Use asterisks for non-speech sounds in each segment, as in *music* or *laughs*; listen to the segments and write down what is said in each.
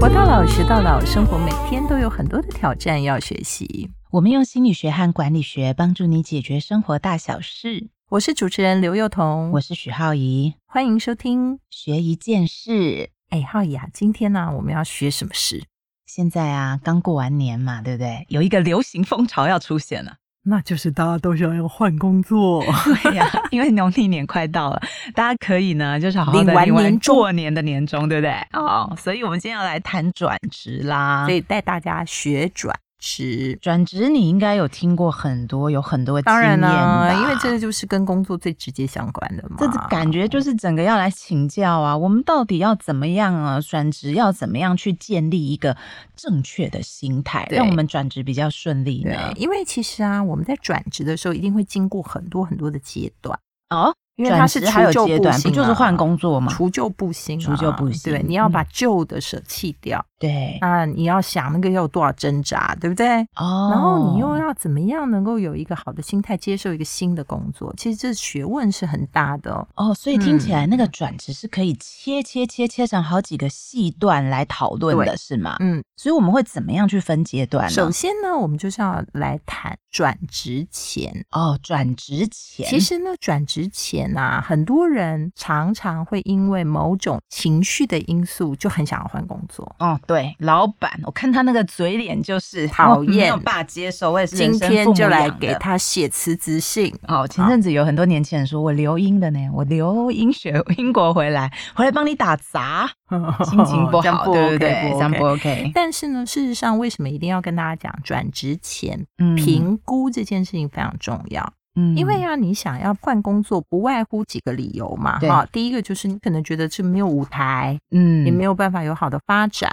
活到老，学到老，生活每天都有很多的挑战要学习。我们用心理学和管理学帮助你解决生活大小事。我是主持人刘幼彤，我是许浩怡，欢迎收听。学一件事。哎，浩怡啊，今天呢、我们要学什么事？现在啊，刚过完年嘛，对不对？有一个流行风潮要出现 *laughs* 了。那就是大家都想要换工作。对呀、因为农历年快到了，大家可以呢，就是好好领的完年终过年的年终，对不对？哦，所以我们今天要来谈转职啦所。以带大家学转职。转职你应该有听过很多，有很多经当然验啦、吧因为这个就是跟工作最直接相关的嘛。这次感觉就是整个要来请教啊，我们到底要怎么样啊？转职要怎么样去建立一个正确的心态，对让我们转职比较顺利对呢，？因为其实啊，我们在转职的时候一定会经过很多很多的阶段，哦，因为它转是职除还有旧阶布段，不新就是啊换工作吗？除旧布新啊、除旧布新对，你要嗯把旧的舍弃掉，对，那你要想那个要有多少挣扎，对不对？哦，然后你又要怎么样能够有一个好的心态，接受一个新的工作？其实这学问是很大的哦。哦，所以听起来那个转职是可以切切切切成好几个细段来讨论对的，是吗？嗯，所以我们会怎么样去分阶段首呢？先呢，我们就是要来谈转职前。哦，转职前，其实呢，转职前啊，很多人常常会因为某种情绪的因素，就很想要换工作。哦，对，老板，我看他那个嘴脸就是讨我没有厌办法接受，我也是人今生天父母就来养给的。他写辞职 *laughs* 信，哦，前阵子有很多年轻人说，我留英的呢，我留英学英国回来，回来帮你打 *laughs* 杂，心情不哦这样好，对 OK，不对？这样不 OK OK？但是呢，事实上，为什么一定要跟大家讲转职前嗯，评估这件事情非常重要？嗯，因为啊，你想要换工作，不外乎几个理由嘛，对哈。第一个就是你可能觉得是没有舞台，嗯，你没有有办法有好的发展。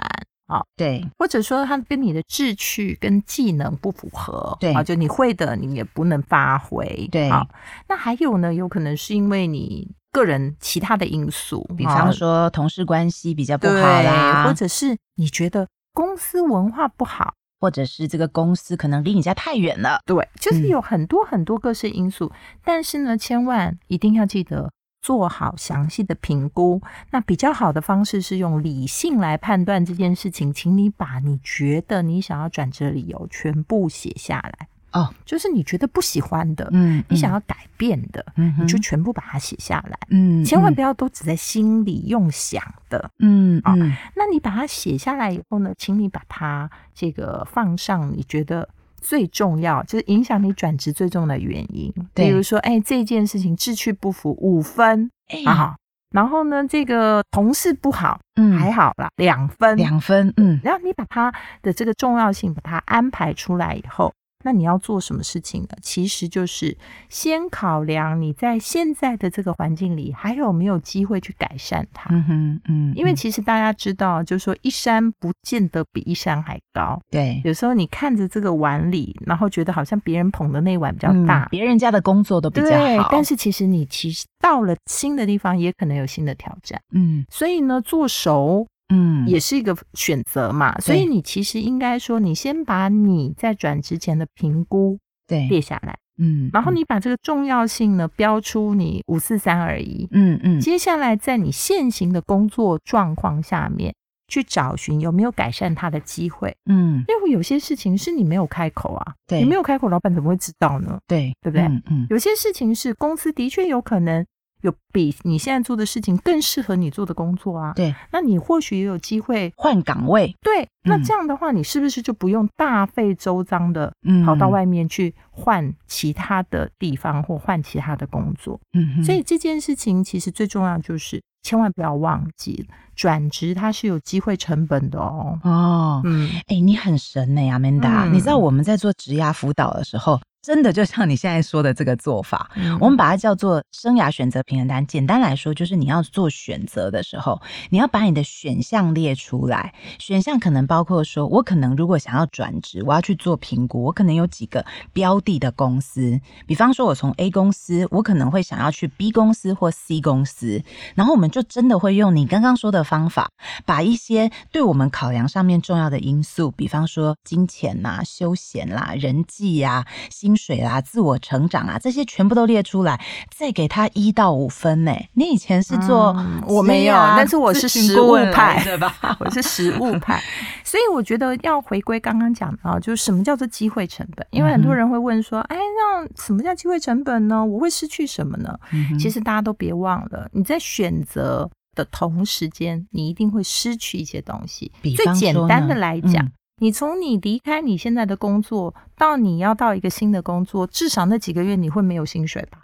对或者说，它跟你的志趣跟技能不符合，对啊，就你会的你也不能发挥，对啊。那还有呢，有可能是因为你个人其他的因素，比啊方说同事关系比较不好对，啦，或者是你觉得公司文化不好，或者是这个公司可能离你家太远了。对，就是嗯有很多很多各式因素。但是呢，千万一定要记得做好详细的评估。那比较好的方式是用理性来判断这件事情，请你把你觉得你想要转折的理由全部写下来。哦，就是你觉得不喜欢的，嗯你想，要改变的，嗯哼你就全部把它写下来。嗯千万不要都只在心里用想的，嗯啊嗯那你把它写下来以后呢，请你把它这个放上你觉得最重要，就是影响你转职最重要的原因。对比如说，哎，这件事情志趣不符五分哎啊，然后呢，这个同事不好、嗯还好啦，两分。两分，嗯然后你把它的这个重要性把它安排出来以后。那你要做什么事情呢？其实就是先考量你在现在的这个环境里还有没有机会去改善它。嗯哼嗯，因为嗯其实大家知道，就是说一山不见得比一山还高。对。有时候你看着这个碗里，然后觉得好像别人捧的那碗比较大嗯，别人家的工作都比较对好，，但是其实你其实到了新的地方，也可能有新的挑战。嗯所以呢，做熟嗯也是一个选择嘛。所以你其实应该说，你先把你在转职前的评估对，列下来，嗯，然后你把这个重要性呢标出你五四三二一，嗯嗯接下来，在你现行的工作状况下面，去找寻有没有改善它的机会。嗯，因为有些事情是你没有开口啊，对你没有开口，老板怎么会知道呢？对对不对嗯嗯有些事情是公司的确有可能有比你现在做的事情更适合你做的工作啊，对，那你或许也有机会。换岗位，对，那嗯这样的话，你是不是就不用大费周章的嗯，跑到，外面去换其他的地方或换其他的工作？嗯哼，所以这件事情其实最重要就是，千万不要忘记转职它是有机会成本的哦。哦，嗯，哎、你很神呢、阿曼达。嗯你知道我们在做职涯辅导的时候，真的就像你现在说的这个做法，嗯我们把它叫做生涯选择平衡单。简单来说，就是你要做选择的时候，你要把你的选项列出来。选项可能包括说，我可能如果想要转职，我要去做评估，我可能有几个标的的公司，比方说我从 A 公司，我可能会想要去 B 公司或 C 公司，然后我们就真的会用你刚刚说的方法，把一些对我们考量上面重要的因素，比方说金钱啦、休闲啦、人际呀、薪薪水啦、自我成长啊，这些全部都列出来，再给他一到五分呢、你以前是做、嗯我没有但是我是实务派对吧？ *laughs* *laughs* 我是实物 *laughs* 派，所以我觉得要回归刚刚讲的啊，就是什么叫做机会成本？因嗯为很多人会问说，哎，那什么叫机会成本呢？我会失去什么呢？其实实大家都别忘了，你在选择的同时间，你一定会失去一些东西。比最方简说单呢的来讲，嗯你从你离开你现在的工作到你要到一个新的工作，至少那几个月你会没有薪水吧？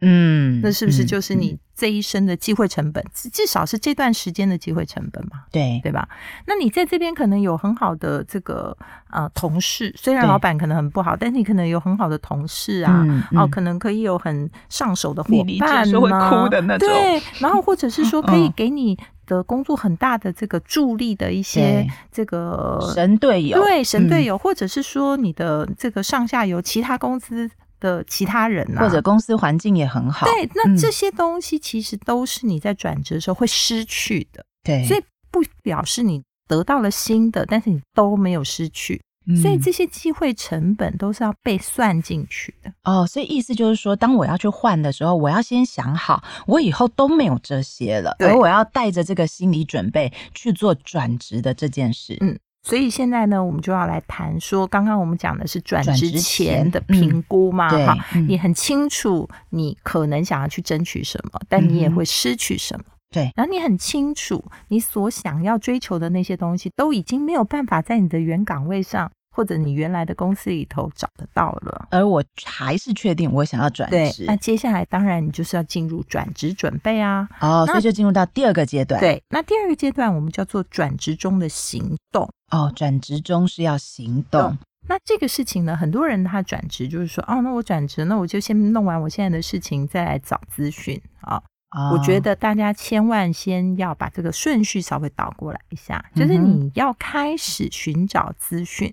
嗯那是不是嗯就是你这一生的机会成本？至至少是这段时间的机会成本嘛？对对吧？那你在这边可能有很好的这个呃同事，虽然对老板可能很不好，但是你可能有很好的同事啊，嗯哦，嗯可能可以有很上手的伙你理解伴、啊，说会哭的那种对，然后或者是说可以嗯给你的工作很大的这个助力的一些对这个神队友嗯对神队友、友，或者是说你的这个上下游其他公司的其他人啊，或者公司环境也很好，对，那嗯这些东西其实都是你在转折的时候会失去的。对，所以不表示你得到了新的，但是你都没有失去，以所以这些机会成本都是要被算进去的。哦，所以意思就是说，当我要去换的时候，我要先想好，我以后都没有这些了，对而我要带着这个心理准备去做转职的这件事。嗯所以现在呢，我们就要来谈说，刚刚我们讲的是转转职职前前的嗯评估嘛，对哈、嗯你很清楚你可能想要去争取什么，但你也嗯哼会失去什么。对然后你很清楚你所想要追求的那些东西，都已经没有办法在你的原岗位上或者你原来的公司里头找得到了。而我还是确定我想要转对，哎职那，接下来当然你就是要进入转职准备啊。哦，所那以就进入到第二个阶段。，对，那第二个阶段我们叫做转职中的行动。哦，转职中是要行动，那这个事情呢，很多人他转职就是说，哦，那我转职，那我就先弄完我现在的事情，再来找资讯啊。哦我觉得大家千万先要把这个顺序稍微倒过来一下，就是嗯哼你要开始寻找资讯。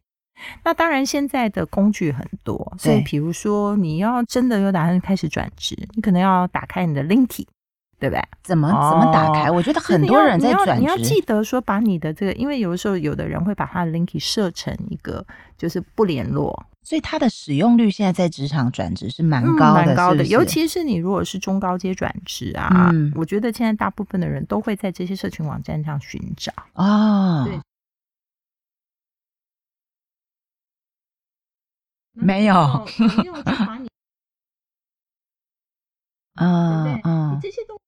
那当然，现在的工具很多，所以对比如说你要真的有打算开始转职，你可能要打开你的 Linky，对不对？怎么怎么打开？哦我觉得就是很你多要人在你要转你要职记，得说把你的这个，因为有的时候有的人会把他的 Linky 设成一个就是不联络，所以它的使用率现在在职场转职是蛮嗯高的，蛮高是不的。是尤其是你如果是中高阶转职啊，嗯我觉得现在大部分的人都会在这些社群网站上寻找。哦，对没有嗯没有就 *laughs* 把你嗯对嗯你，这些东西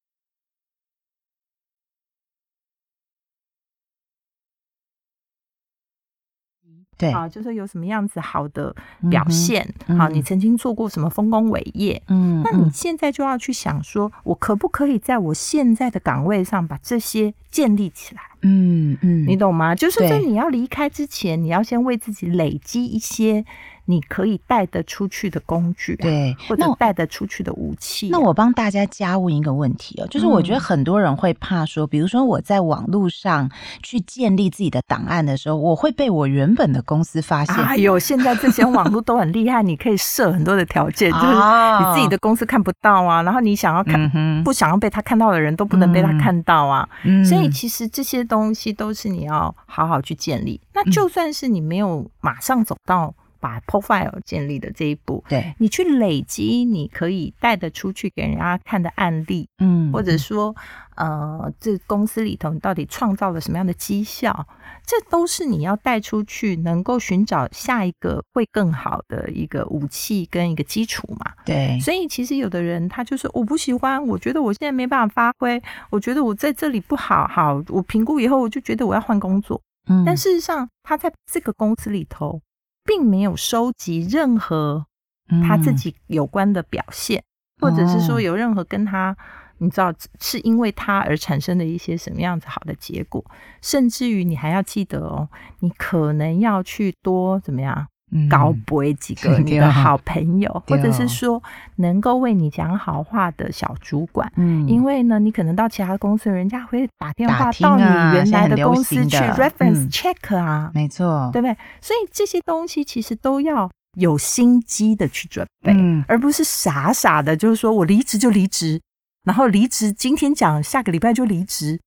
对，啊，就是说有什么样子好的嗯表哼，现，好，嗯你曾经做过什么丰功伟业，嗯，那你嗯现在就要去想说，我可不可以在我现在的岗位上把这些建立起来？嗯嗯，你懂吗？就是在对你要离开之前，你要先为自己累积一些你可以带得出去的工具、啊，，对，或那者我带得出去的武器啊、那我帮大家加问一个问题哦，就是我觉嗯得很多人会怕说，比如说我在网络上去建立自己的档案的时候，我会被我原本的公司发现。哎呦，现在这些网络都很厉害，你可以设很多的条 *laughs* 件，就是你自己的公司看不到啊，然后你想要看、嗯哼，不想要被他看到的人都不能被他嗯看到啊。嗯所以其实这些东西都是你要好好去建立。那就算是你没有马上走到把 profile 建立的这一步，对，你去累积你可以带得出去给人家看的案例，嗯，或者说，呃，这公司里头你到底创造了什么样的绩效，这都是你要带出去，能够寻找下一个会更好的一个武器跟一个基础嘛。对，所以其实有的人他就是我不喜欢，我觉得我现在没办法发挥，我觉得我在这里不好，好，我评估以后我就觉得我要换工作。嗯但事实上，他在这个公司里头并没有收集任何他自嗯己有关的表现，或者是说哦有任何跟他。你知道是因为他而产生的一些什么样子好的结果，甚至于你还要记得哦，你可能要去多怎么样嗯搞不几个你 *laughs* 对的哦好朋友，或对者是哦说能够为你讲好话的小主管。嗯，因为呢，你可能到其他公司，人家会打电打话听到你啊原现在来很的流公司行去的 reference 嗯 check 啊，没错，对不对？所以这些东西其实都要有心机的去准备，嗯而不是傻傻的，就是说我离职就离职，然后离职今天讲，下个礼拜就离 *laughs* 职。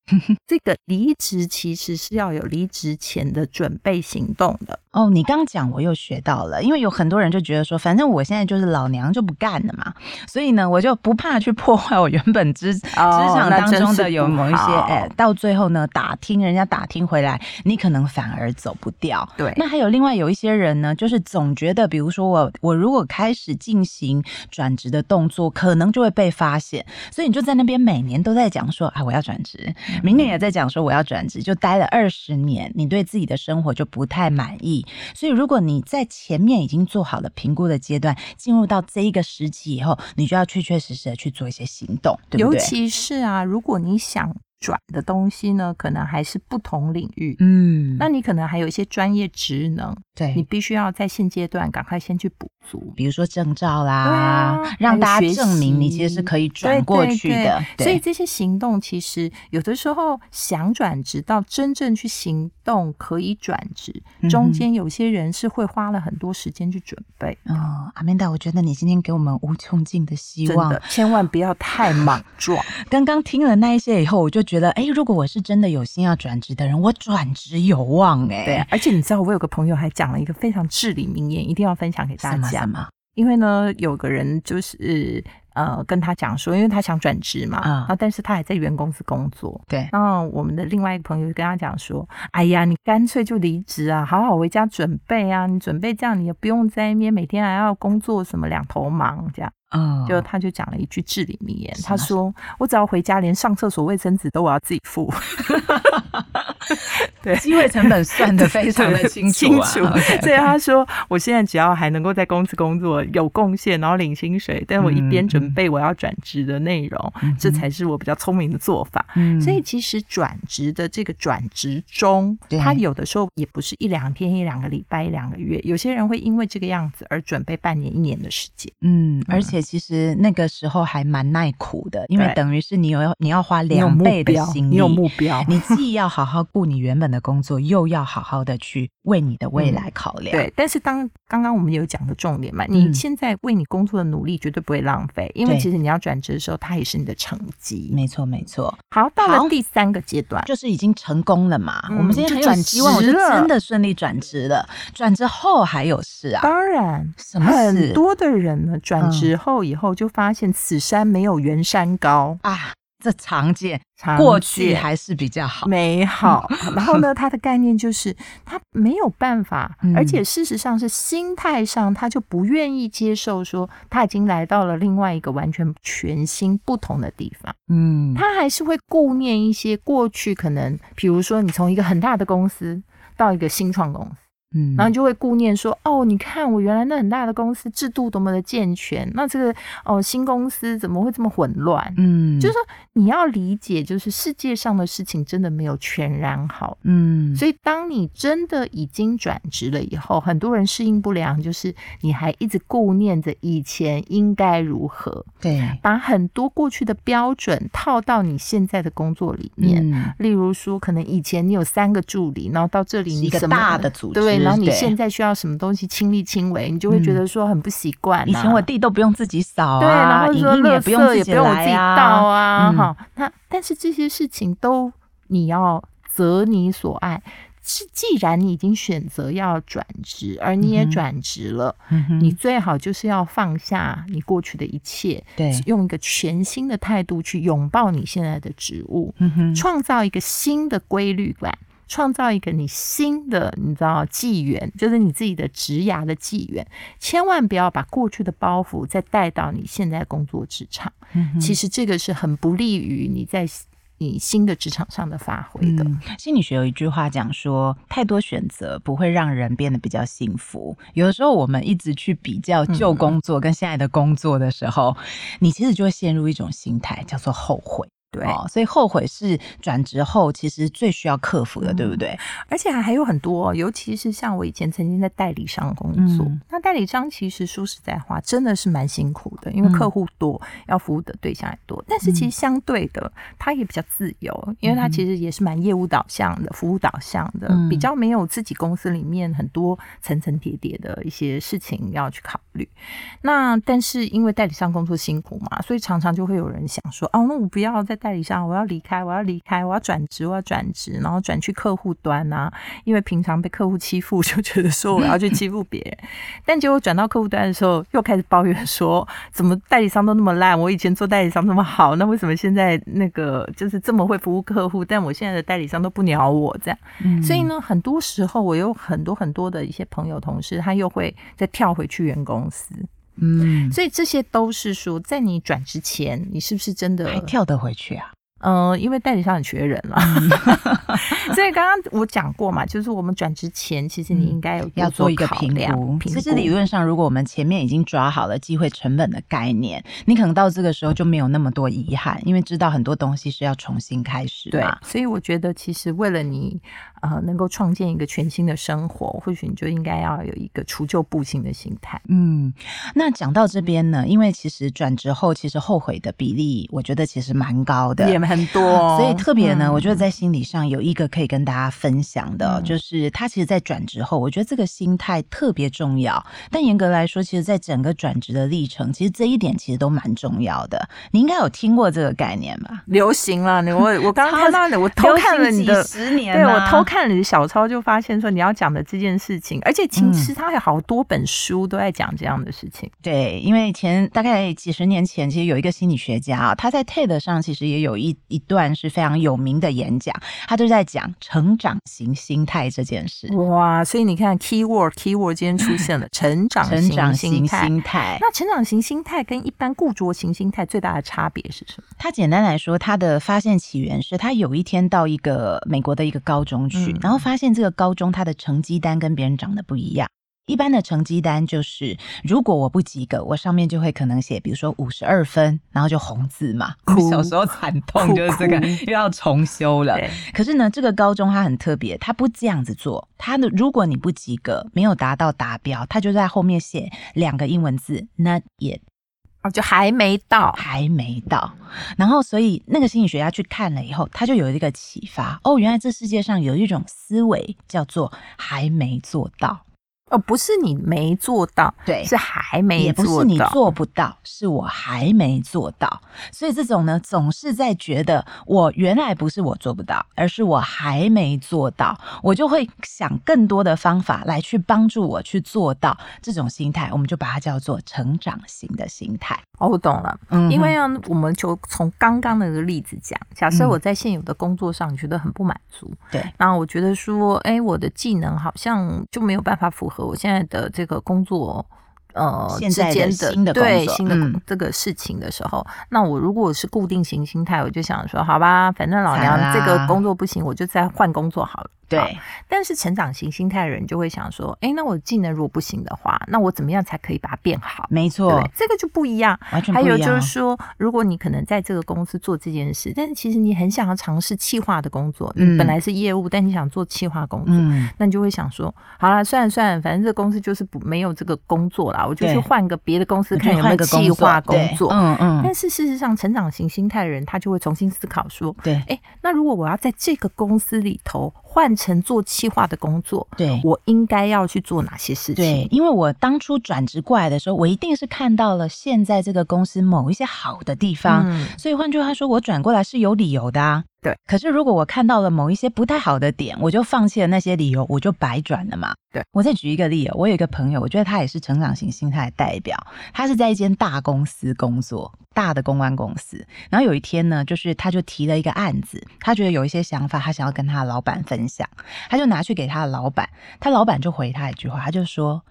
这个离职其实是要有离职前的准备行动的。哦，你刚讲我又学到了，因为有很多人就觉得说，反正我现在就是老娘就不干了嘛，所以呢，我就不怕去破坏我原本职职哦场当中的有某一些，哎、到最后呢，打听人家打听回来，你可能反而走不掉。对，那还有另外有一些人呢，就是总觉得，比如说我我如果开始进行转职的动作，可能就会被发现，所以你就在那边每年都在讲说啊我要转职，嗯明年也在讲说我要转职，就待了二十年，你对自己的生活就不太满意。所以如果你在前面已经做好了评估的阶段，进入到这一个时期以后，你就要确确实实的去做一些行动，对不尤对？其是啊，如果你想转的东西呢，可能还是不同领域，嗯，那你可能还有一些专业职能，你对。必须要在现阶段赶快先去补足。比如说证照对啦，啊让大还有家学证明你习其实是可以转过去的。对对对所以这些行动其实有的时候想转职到真正去行动可以转职，以中间有些人是会花了很多时间去准备。哦，阿曼达，我觉得你今天给我们无穷尽的希真望的。，千万不要太莽 *laughs* 撞。刚刚听了那一些以后，我就觉得，哎，如果我是真的有心要转职的人，我转职有望哎、对，啊而且你知道，我有个朋友还讲了一个非常至理名言，一定要分享给大什么家什。么，因为呢，有个人就是呃跟他讲说，因为他想转职嘛，嗯然后但是他还在原公司工作。对，然后我们的另外一个朋友就跟他讲说：“哎呀，你干脆就离职啊，好好回家准备啊，你准备这样，你也不用在那边每天还要工作什么两头忙这样。”嗯，就他就讲了一句至理名言，什么他说：“我只要回家，连上厕所、卫生纸都我要自己 *laughs* 付。机会成本算 *laughs* 的非常的清楚啊。清楚 OK，所以他说，我现在只要还能够在公司工作，有贡献，然后领薪水，但我一边准备我要转职的内容，嗯这才是我比较聪明的做法。嗯所以其实转职的这个转职中，对它有的时候也不是一两天、一两个礼拜、一两个月，有些人会因为这个样子而准备半年、一年的时间，嗯，而且其实那个时候还蛮耐苦的，因为对等于是你有你要花你有两目倍的标，心力，你有目标，你既要好好顾你原本的工作，又要好好的去为你的未来考量。 *laughs* 嗯对，但是当刚刚我们有讲的重点嘛，你嗯现在为你工作的努力绝对不会浪费，因为对其实你要转职的时候，它也是你的成绩。没错，没错，好，到好了第三个阶段，就是已经成功了嘛。嗯我们今天很有希望，就转职我就了真的顺利转职了。转职后还有事啊？当然。什么很事嗯多的人呢，转职后以后就发现此山没有原山高，啊？这常见，常过去见还是比较好。嗯美好。 *laughs* 然后呢，他的概念就是他没有办法，嗯而且事实上是心态上他就不愿意接受说他已经来到了另外一个完全全新不同的地方。嗯，他还是会顾念一些过去可能，比如说你从一个很大的公司到一个新创公司，嗯然后你就会顾念说，哦，你看我原来那很大的公司制度多么的健全，那这个哦新公司怎么会这么混乱？嗯，就是说你要理解，就是世界上的事情真的没有全然好。嗯，所以，当你真的已经转职了以后，很多人适应不良，就是你还一直顾念着以前应该如何，对，嗯把很多过去的标准套到你现在的工作里面。嗯，例如说，可能以前你有三个助理，然后到这里是你一个什么大的组织，嗯对，然后你现在需要什么东西亲力亲为，你就会觉得说很不习惯、啊以前我地都不用自己扫对，然啊，后影说印也垃不用圾自也己不用我自来己啊，倒啊，嗯哈、那但是这些事情都你要择你所爱。是，既然你已经选择要转职，而你也嗯哼转职了，嗯哼你最好就是要放下你过去的一切，对用一个全新的态度去拥抱你现在的职务，嗯哼创造一个新的规律感，创造一个你新的，你知道纪元，就是你自己的职涯的纪元。千万不要把过去的包袱再带到你现在工作职场，嗯哼其实这个是很不利于你在你新的职场上的发挥的。嗯心理学有一句话讲说，太多选择不会让人变得比较幸福。有的时候我们一直去比较旧工作跟现在的工作的时候，你其实就会陷入一种心态，叫做后悔。对哦，所以后悔是转职后其实最需要克服的，对不对？而且还有很多，哦尤其是像我以前曾经在代理商工作，嗯那代理商其实说实在话，真的是蛮辛苦的，因嗯为客户多，要服务的对象也多，但是其实相对的，他也比较自由，因为他其实也是蛮业务导向的、服务导向的，嗯比较没有自己公司里面很多层层叠叠的一些事情要去考虑。那但是因为代理商工作辛苦嘛，所以常常就会有人想说，哦，那我不要在代代理商，我要离开，我要离开，我要转职，我要转职，然后转去客户端啊，因为平常被客户欺负，就觉得说我要去欺负别人， *laughs* 但结果转到客户端的时候，又开始抱怨说，怎么代理商都那么烂，我以前做代理商那么好，那为什么现在那个就是这么会服务客户，但我现在的代理商都不鸟我这样？嗯所以呢，很多时候我有很多很多的一些朋友同事，他又会再跳回去原公司，嗯，所以这些都是说，在你转职前，你是不是真的还跳得回去啊？呃，因为代理商很缺人 *laughs* 了，所以刚刚我讲过嘛，就是我们转职前，其实你应该有嗯要做做一个考评量估。评其实理论上，如果我们前面已经抓好了机会成本的概念，你可能到这个时候就没有那么多遗憾，因为知道很多东西是要重新开始对嘛。，所以我觉得其实为了你呃能够创建一个全新的生活，或许你就应该要有一个除旧布新的心态。嗯，那讲到这边呢，因为其实转职后，其实后悔的比例，我觉得其实蛮高的，也很多哦、所以特别呢，嗯我觉得在心理上有一个可以跟大家分享的，嗯就是他其实，在转职后，我觉得这个心态特别重要。但严格来说，其实，在整个转职的历程，其实这一点其实都蛮重要的。你应该有听过这个概念吧？流行了，你我我刚刚看到你，我偷流行看了你的几十年、啊对我偷。看了你的小抄，就发现说你要讲的这件事情，而且嗯其实他有好多本书都在讲这样的事情。对，因为前大概几十年前，其实有一个心理学家啊，他在 TED 上其实也有一一段是非常有名的演讲，他就在讲成长型心态这件事。哇，所以你看，keyword keyword 今天出 *laughs* 现了成长成长型心型态。心态，那成长型心态跟一般固着型心态最大的差别是什么？他简单来说，他的发现起源是他有一天到一个美国的一个高中去，嗯然后发现这个高中他的成绩单跟别人长得不一样。一般的成绩单就是，如果我不及格，我上面就会可能写，比如说五十二分，然后就红字嘛。哭 *laughs* 小时候惨痛就是这个哭，又要重修了。对，可是呢，这个高中它很特别，它不这样子做。它的如果你不及格，没有达到达标，它就在后面写两个英文字 “not yet”。哦，就还没到。还没到。然后，所以那个心理学家去看了以后，他就有一个启发：哦，原来这世界上有一种思维叫做“还没做到哦，不是你没做到，”，对是还没也不做是你到。做不到，是我还没做到。所以这种呢，总是在觉得我原来不是我做不到，而是我还没做到，我就会想更多的方法来去帮助我去做到。这种心态，我们就把它叫做成长型的心态。哦，我懂了。嗯因哼为呢，我们就从刚刚的那个例子讲，假设嗯我在现有的工作上觉得很不满足，对，那我觉得说，哎，我的技能好像就没有办法符合我现在的这个工作。呃，现在之的间新的工作对新的嗯这个事情的时候，那我如果是固定型心态，我就想说，好吧，反正老惨娘啦这个工作不行，我就再换工作好了。好对，但是成长型心态的人就会想说，哎，那我技能如果不行的话，那我怎么样才可以把它变好？没对错，，哦这个就不一样。完全不还一样有哦。就是说，如果你可能在这个公司做这件事，但是其实你很想要尝试企划的工作，嗯你本来是业务，但你想做企划工作，嗯，那你就会想说，好啦，算了算了，反正这个公司就是不没有这个工作啦，我就对去换个别的公司看有没有换个工企作划工对作。嗯嗯，但是事实上，成长型心态的人他就会重新思考说，对哎，那如果我要在这个公司里头换成做企划的工作，对我应该要去做哪些事情对？，因为我当初转职过来的时候，我一定是看到了现在这个公司某一些好的地方，嗯所以换句话说，我转过来是有理由的啊。对，可是如果我看到了某一些不太好的点，我就放弃了那些理由，我就白转了嘛。对，我再举一个例哦，我有一个朋友，我觉得他也是成长型心态的代表，他是在一间大公司工作，大的公关公司。然后有一天呢，就是他就提了一个案子，他觉得有一些想法，他想要跟他的老板分享，他就拿去给他的老板，他老板就回他一句话，他就说。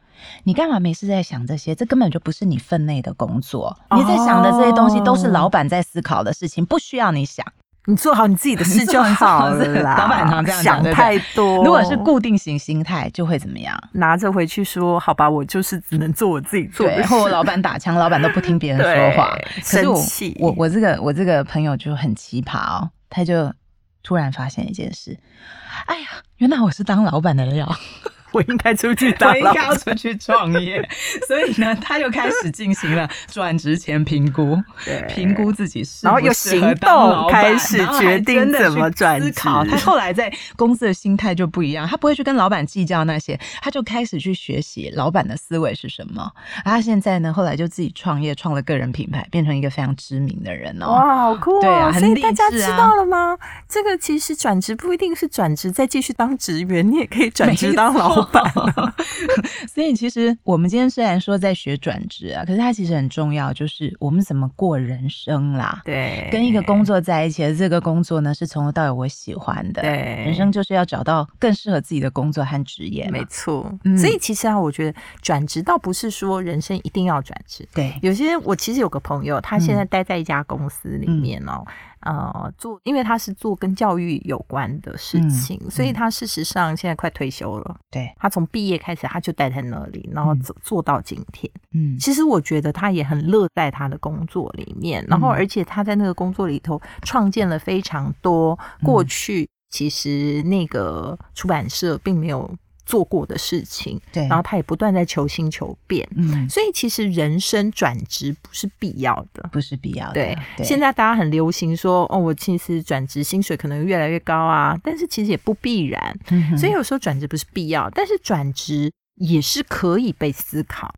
你干嘛没事在想这些？这根本就不是你分内的工作。你在想的这些东西都是哦老板在思考的事情，不需要你想。你做好你自己的事 *laughs* 就好了你做啦。*laughs* 好你自己的事老板常这样讲想太多。如果是固定型心态，就会怎么样？拿着回去说，好吧，我就是只能做我自己做对，的 *laughs* 然后我事。老板打枪，老板都不听别人说对话。可是我生气我我这个我这个朋友就很奇葩哦，他 *laughs* 就突然发现一件事，哎呀，原来我是当老板的料。我应该出去打 *laughs* 我应老该要出去创 *laughs* 业，所以呢，他就开始进行了转职前评估，评估自己是哎然后不又适合行当老动板，开始然后还决定真的怎去么转思职。考。他后来在公司的心态就不一样，他不会去跟老板计较那些，他就开始去学习老板的思维是什么。然后他现在呢，后来就自己创业，创了个人品牌，变成一个非常知名的人哦。哇，好酷对哦！啊很所以励大家志知啊道了吗？这个其实转职不一定是转职再继续当职员，你也可以转职当老板 *laughs* 啊、所以其实我们今天虽然说在学转职啊，可是它其实很重要，就是我们怎么过人生啦。对，跟一个工作在一起，而这个工作呢是从头到尾我喜欢的。对人生就是要找到更适合自己的工作和职业嘛。嗯没错。嗯所以其实啊，我觉得转职倒不是说人生一定要转职。对，有些我其实有个朋友，他现在待在一家公司里嗯面哦，呃，做因为他是做跟教育有关的事嗯情，所以嗯他事实上现在快退休了。对，他从毕业开始，他就待在那里，然后嗯做做到今天。嗯，其实我觉得他也很乐在他的工作里面，然后嗯而且他在那个工作里头创建了非常多嗯过去其实那个出版社并没有做过的事情，对，然后他也不断在求新求变，嗯，所以其实人生转职不是必要的。不是必要的。对，现在大家很流行说，哦，我其实转职薪水可能越来越高啊，但是其实也不必然。在所以有时候转职不是必要，但是转职也是可以被思考。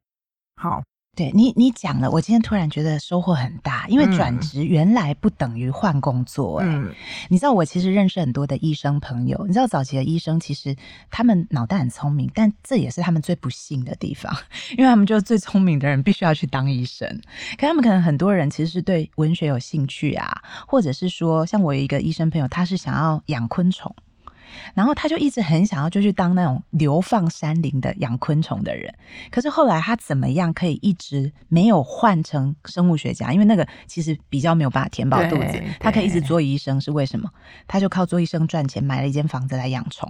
好，对你，你讲了，我今天突然觉得收获很大，因为嗯转职原来不等于换工作、哎、嗯，你知道我其实认识很多的医生朋友，你知道早期的医生其实他们脑袋很聪明，但这也是他们最不幸的地方，因为他们就是最聪明的人必须要去当医生。可他们可能很多人其实是对文学有兴趣啊，或者是说像我有一个医生朋友，他是想要养昆虫。然后他就一直很想要就去当那种流放山林的养昆虫的人，可是后来他怎么样可以一直没有换成生物学家？因为那个其实比较没有办法填饱肚子对，他可以一直做医生是为什么？他就靠做医生赚钱，买了一间房子来养虫。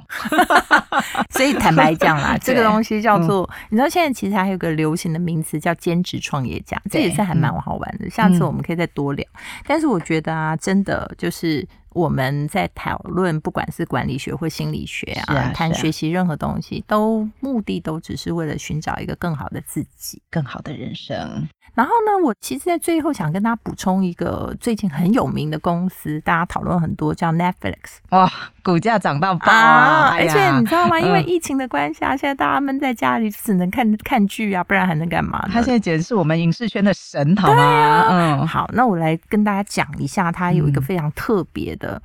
所以坦白讲 *laughs* 啦，这个对嗯东西叫做，你知道现在其实还有个流行的名词叫兼职创业家，这对嗯也是还蛮好玩的。下次我们可以再多聊。但是我觉得啊，真的就是。我们在讨论，不管是管理学或心理学啊，是啊谈是啊学习任何东西，都目的都只是为了寻找一个更好的自己。更好的人生，然后呢，我其实，在最后想跟大家补充一个最近很有名的公司，大家讨论很多，叫 Netflix。哇、股价涨到爆啊！哎而呀且你知道吗？因为嗯疫情的关系啊，现在大家闷在家里，只能看看剧啊，不然还能干嘛呢？他现在简直是我们影视圈的神，好吗？嗯，好，那我来跟大家讲一下，它有一个嗯非常特别的、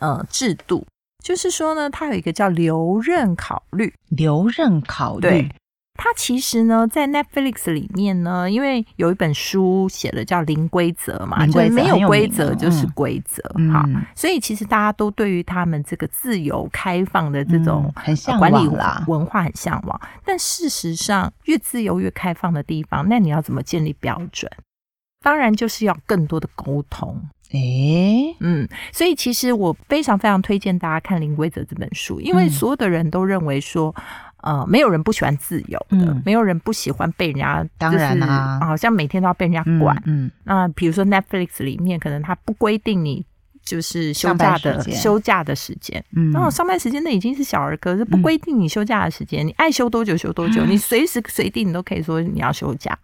呃制度，就是说呢，它有一个叫留任考虑。留任考虑对，它其实呢，在 Netflix 里面呢，因为有一本书写的叫《零规则》嘛，零就是规则没有很有规名则哦就是嗯规则。嗯好，所以其实大家都对于他们这个自由开放的这种、嗯很向管理往啦文化很向往，但事实上越自由越开放的地方，那你要怎么建立标准？当然就是要更多的沟通，诶、嗯，所以其实我非常非常推荐大家看《零规则》这本书，因为嗯所有的人都认为说，呃，没有人不喜欢自由的，嗯没有人不喜欢被人家、就是，当然啦好像每天都要被人家嗯管。嗯，那比如说 Netflix 里面，可能它不规定你就是休上假班的时间休假的时间，嗯然后上班时间那已经是小儿科，是不嗯啊规定你休假的时间，你爱休多久休多久，你随时随地你都可以说你要休假，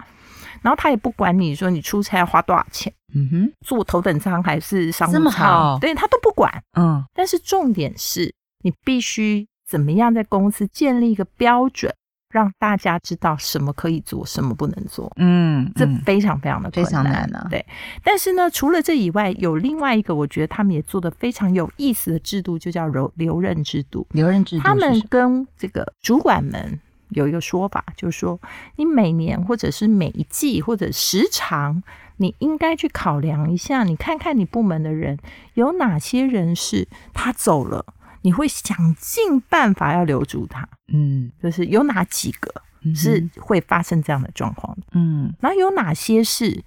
然后他也不管你说你出差要花多少钱。嗯哼，坐头等舱还是商务这么舱好，对他都不管。嗯但是重点是你必须怎么样在公司建立一个标准，让大家知道什么可以做，什么不能做。嗯，这嗯非常非常的非困常难啊对，但是呢，除了这以外，有另外一个我觉得他们也做的非常有意思的制度，就叫留留任制度。留任制度是他们什么跟这个主管们有一个说法，就是说，你每年或者是每一季或者时常，你应该去考量一下，你看看你部门的人有哪些人是他走了，你会想尽办法要留住他，嗯就是有哪几个嗯哼是会发生这样的状况的，嗯然后有哪些是。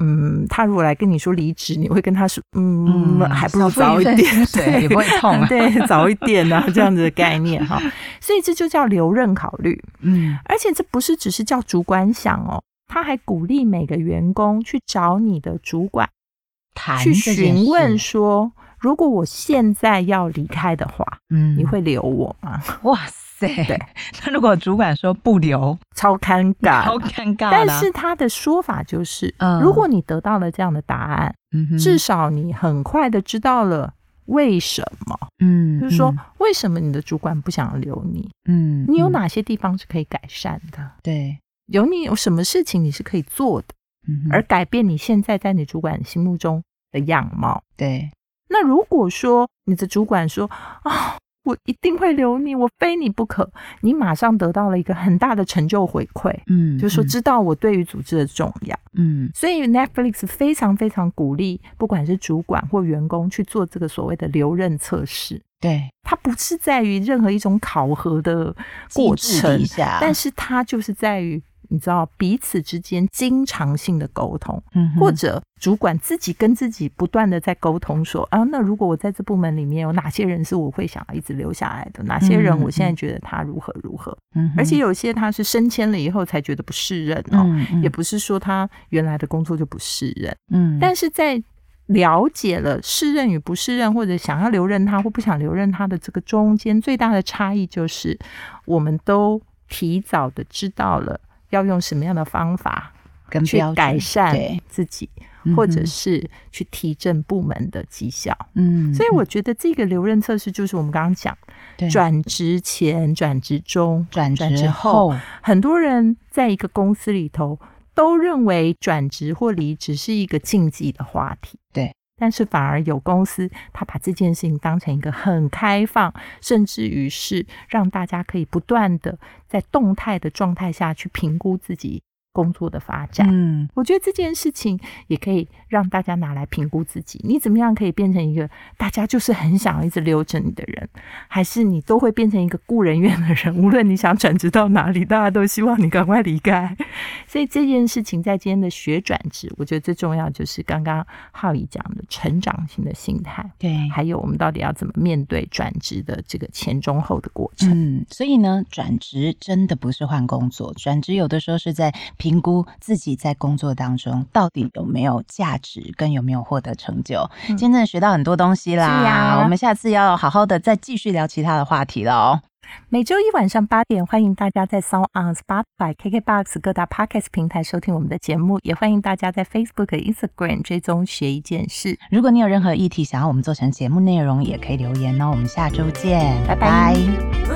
嗯，他如果来跟你说离职，你会跟他说，嗯，还不如少早付一份点，薪水对，也不会痛、啊嗯对， *laughs* 早一点啊，这样子的概念哈。所以这就叫留任考虑，嗯而且这不是只是叫主管想哦，他还鼓励每个员工去找你的主管谈去这件询问事，说，如果我现在要离开的话，嗯你会留我吗？ *laughs* 哇塞。塞！对，那如果主管说不留，超尴尬，好尴尬啦啊但是他的说法就是，嗯如果你得到了这样的答案，嗯哼至少你很快的知道了为什么，嗯，就是说为什么你的主管不想留你，嗯，嗯，你有嗯哪些地方是可以改善的，对，有你有什么事情你是可以做的，嗯哼而改变你现在在你主管心目中的样貌。对，那如果说你的主管说啊、我一定会留你，我非你不可，你马上得到了一个很大的成就回馈，嗯，就是说嗯知道我对于组织的重要。嗯所以 Netflix 非常非常鼓励，不管是主管或员工去做这个所谓的留任测试。对它不是在于任何一种考核的过机制程底，下，但是它就是在于你知道彼此之间经常性的沟通。嗯哼或者主管自己跟自己不断的在沟通说，啊，那如果我在这部门里面有哪些人是我会想要一直留下来的，哪些人嗯我现在觉得他如何如何，嗯哼而且有些他是升迁了以后才觉得不适任哦，嗯嗯也不是说他原来的工作就不适任，嗯，但是在了解了适任与不适任，或者想要留任他或不想留任他的这个中间最大的差异，就是我们都提早的知道了要用什么样的方法跟去标准改善对，自己嗯，或者哼是去提振部门的绩效。嗯，所以我觉得这个留任测试就是我们刚刚讲对转职前、转职中、转转职职后，很多人在一个公司里头都认为转职或离职是一个禁忌的话题。对。但是反而有公司，他把这件事情当成一个很开放，甚至于是让大家可以不断的在动态的状态下去评估自己工作的发展。嗯我觉得这件事情也可以让大家拿来评估自己，你怎么样可以变成一个大家就是很想一直留着你的人，还是你都会变成一个故人怨的人？无论你想转职到哪里，大家都希望你赶快离开。所以这件事情在今天的学转职，我觉得最重要就是刚刚浩宇讲的成长型的心态，对。还有我们到底要怎么面对转职的这个前中后的过程。嗯，所以呢，转职真的不是换工作，转职有的时候是在评估自己在工作当中到底有没有价值，跟有没有获得成就。嗯今天真的学到很多东西啦，是呀我们下次要好好的再继续聊其他的话题了哦。每周一晚上八点，欢迎大家在 Sound on Spotify、KKBox 各大 Podcast 平台收听我们的节目，也欢迎大家在 Facebook、Instagram 追踪学一件事。如果你有任何议题想要我们做成节目内容，也可以留言哦。我们下周见，拜拜